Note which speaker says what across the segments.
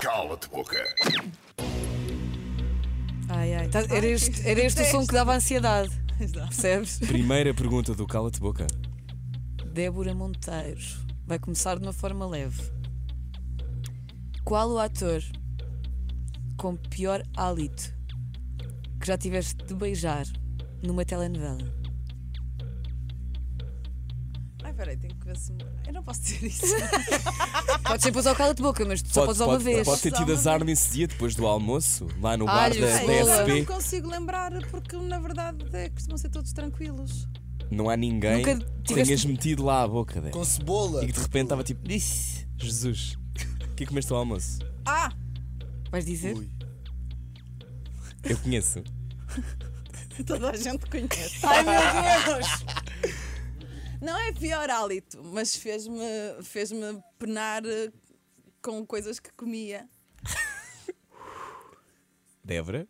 Speaker 1: Cala-te, boca.
Speaker 2: Ai, ai. tá- Era este, era este o som que dava ansiedade. Percebes?
Speaker 3: Primeira pergunta do Cala-te Boca.
Speaker 2: Débora Monteiro. Vai começar de uma forma leve. Qual o ator com pior hálito que já tiveste de beijar numa telenovela?
Speaker 4: Ai, peraí, tenho que ver se. Eu não posso dizer isso.
Speaker 2: Podes sempre usar o cala de boca, mas tu só podes usar uma vez.
Speaker 3: pode ter tido azar nesse dia depois do almoço, lá no bar
Speaker 2: Alhos,
Speaker 3: da,
Speaker 2: sim.
Speaker 3: da
Speaker 4: eu não
Speaker 3: SB.
Speaker 4: consigo lembrar porque, na verdade, é, costumam ser todos tranquilos.
Speaker 3: Não há ninguém
Speaker 2: Nunca
Speaker 3: que
Speaker 2: tiveste-
Speaker 3: tenhas metido lá a boca dela.
Speaker 5: Com cebola.
Speaker 3: E que de repente estava tipo, "Ih, Jesus, o que é que comeste ao almoço?
Speaker 4: Ah!
Speaker 2: Vais dizer?
Speaker 5: Ui.
Speaker 3: Eu conheço.
Speaker 4: Toda a gente conhece.
Speaker 2: Ai meu Deus!
Speaker 4: Não é pior hálito, mas fez-me fez penar eh, com coisas que comia.
Speaker 3: Débora,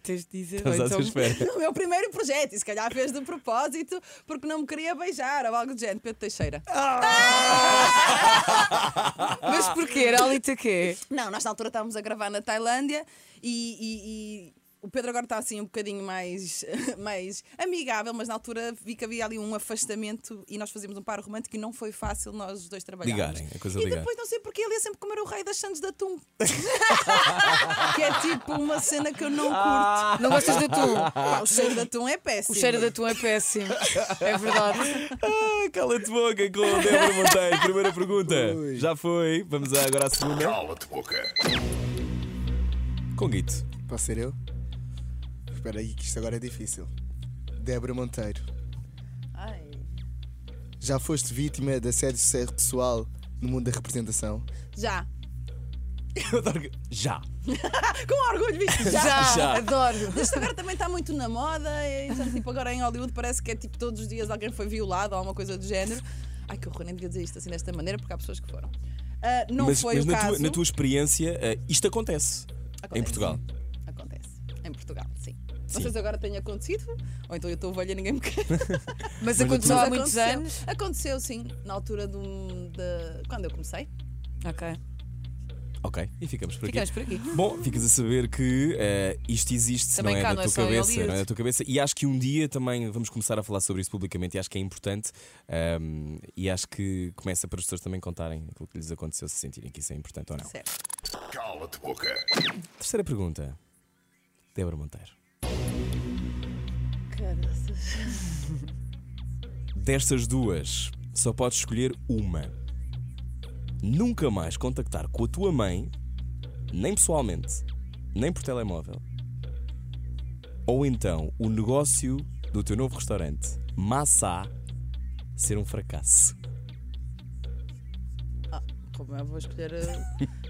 Speaker 2: Tens de dizer.
Speaker 3: estás
Speaker 2: ou
Speaker 3: à sua
Speaker 2: então-
Speaker 3: espera.
Speaker 4: No meu primeiro projeto, e se calhar fez de propósito porque não me queria beijar ou algo do género. Pedro Teixeira.
Speaker 2: Mas porquê? Era hálito a quê?
Speaker 4: Não, nós na altura estávamos a gravar na Tailândia e, e- e o Pedro agora está assim um bocadinho mais, mais amigável, mas na altura vi que havia ali um afastamento e nós fazíamos um par romântico e não foi fácil nós os dois trabalharmos.
Speaker 3: Ligarem, a coisa
Speaker 4: E
Speaker 3: ligar.
Speaker 4: depois não sei porque ele ia sempre comer o rei das sandes de atum. que é tipo uma cena que eu não curto.
Speaker 2: Ah. Não gostas de atum?
Speaker 4: Pá, o cheiro de atum é péssimo.
Speaker 2: O cheiro de atum é péssimo. É verdade.
Speaker 3: Ah, Cala-te boca com a Débora Monteiro. Primeira pergunta.
Speaker 5: Ui.
Speaker 3: Já foi. Vamos agora à segunda.
Speaker 1: Cala-te, boca.
Speaker 3: Com Guito.
Speaker 5: Posso ser eu? Espera aí, que isto agora é difícil. Débora Monteiro,
Speaker 4: Ai.
Speaker 5: já foste vítima de assédio sexual no mundo da representação?
Speaker 4: Já.
Speaker 3: Eu adoro que- Já.
Speaker 4: Com orgulho, bicho. Já.
Speaker 2: Já,
Speaker 3: Já.
Speaker 2: adoro.
Speaker 4: Isto agora também está muito na moda, e, então, tipo, agora em Hollywood parece que é tipo todos os dias alguém foi violado ou alguma coisa do género. Ai que horror, nem devia dizer isto assim desta maneira, porque há pessoas que foram. Ah, não
Speaker 3: mas
Speaker 4: foi
Speaker 3: mas
Speaker 4: o
Speaker 3: na,
Speaker 4: caso.
Speaker 3: Tua, na tua experiência, eh, isto acontece, em
Speaker 4: Acontece.
Speaker 3: Portugal.
Speaker 4: Acontece. Em Portugal, sim. Não sei se agora tem acontecido, ou então eu estou velha e ninguém me quer.
Speaker 2: Mas aconteceu
Speaker 4: Mas
Speaker 2: há muitos
Speaker 4: aconteceu.
Speaker 2: anos.
Speaker 4: Aconteceu, sim, na altura de, um- de- quando eu comecei.
Speaker 2: Ok.
Speaker 3: Ok, e ficamos por aqui.
Speaker 2: Ficamos por aqui.
Speaker 3: Bom, ficas a saber que eh, isto existe,
Speaker 2: Também
Speaker 3: não é
Speaker 2: cá,
Speaker 3: da
Speaker 2: não é
Speaker 3: tua
Speaker 2: só em
Speaker 3: cabeça,
Speaker 2: Hollywood.
Speaker 3: não é da tua cabeça. E acho que um dia também vamos começar a falar sobre isso publicamente e acho que é importante. ehm, e acho que começa para as pessoas também contarem aquilo que lhes aconteceu, se sentirem que isso é importante ou não.
Speaker 4: Certo.
Speaker 1: Cala-te, boca.
Speaker 3: Terceira pergunta. Débora Monteiro. Destas duas, só podes escolher uma. Nunca mais contactar com a tua mãe, nem pessoalmente, nem por telemóvel. Ou então o negócio do teu novo restaurante, Massá, ser um fracasso.
Speaker 4: Ah, como eu vou escolher eh,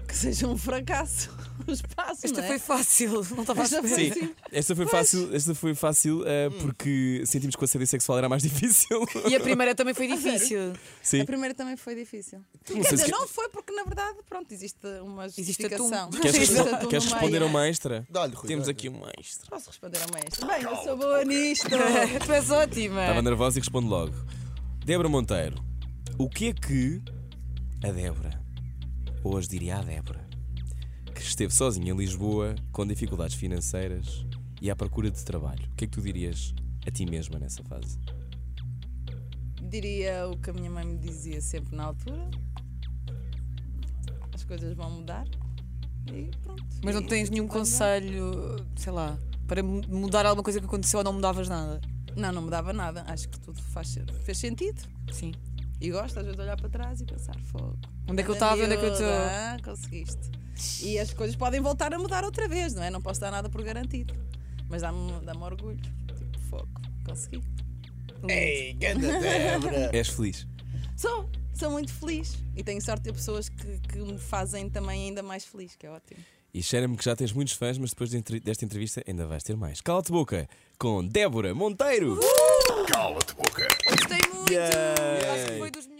Speaker 4: que seja um fracasso o espaço,
Speaker 2: Esta
Speaker 4: não é?
Speaker 2: foi fácil. Não estava a
Speaker 4: Esta foi-
Speaker 2: esperar.
Speaker 4: Sim.
Speaker 3: Esta foi fácil, esta foi fácil eh,
Speaker 5: Hum.
Speaker 3: porque sentimos que o assédio sexual era mais difícil.
Speaker 2: E a primeira também foi difícil.
Speaker 3: Sim.
Speaker 4: A primeira também foi difícil.
Speaker 3: sei
Speaker 4: Quer
Speaker 3: se
Speaker 4: dizer,
Speaker 3: que-
Speaker 4: não foi porque na verdade, pronto, existe uma
Speaker 2: Existe
Speaker 4: justificação.
Speaker 2: atum.
Speaker 3: Queres,
Speaker 4: Existe
Speaker 3: respo-
Speaker 4: atum no
Speaker 3: queres
Speaker 4: meio.
Speaker 3: responder a uma extra?
Speaker 5: Dá-lhe, Rui,
Speaker 3: Temos
Speaker 5: dá-lhe.
Speaker 3: aqui uma extra.
Speaker 4: Posso responder a uma extra? Bem, eu sou boa nisto.
Speaker 2: tu és ótima.
Speaker 3: Estava nervosa e responde logo. Débora Monteiro, o que é que a Débora, hoje diria a Débora, que esteve sozinha em Lisboa, com dificuldades financeiras e à procura de trabalho, o que é que tu dirias a ti mesma nessa fase?
Speaker 4: Diria o que a minha mãe me dizia sempre na altura. As coisas vão mudar. E pronto.
Speaker 2: Mas não
Speaker 4: E-
Speaker 2: tens nenhum
Speaker 4: Olha.
Speaker 2: conselho, sei lá, para mu- mudar alguma coisa que aconteceu ou não mudavas nada?
Speaker 4: Não, não mudava nada. Acho que tudo faz, fez sentido.
Speaker 2: Sim.
Speaker 4: E gosto às vezes de olhar para trás e pensar fogo.
Speaker 2: Onde é que eu
Speaker 4: Anda,
Speaker 2: estava? Onde é que eu estou?
Speaker 4: miúda, Ah, conseguiste. E as coisas podem voltar a mudar outra vez, não é? Não posso dar nada por garantido. Mas dá-me dá orgulho. Tipo, fogo. Consegui.
Speaker 5: Ei, ganda Débora!
Speaker 3: És feliz?
Speaker 4: Sou, sou muito feliz. E tenho sorte de ter pessoas que, que me fazem também ainda mais feliz, que é ótimo.
Speaker 3: E cheira-me que já tens muitos fãs, mas depois de entre- desta entrevista ainda vais ter mais. Cala-te boca com Débora Monteiro!
Speaker 1: Cala-te, boca.
Speaker 2: Gostei muito!
Speaker 3: Yay.
Speaker 2: Acho que foi dos melhores.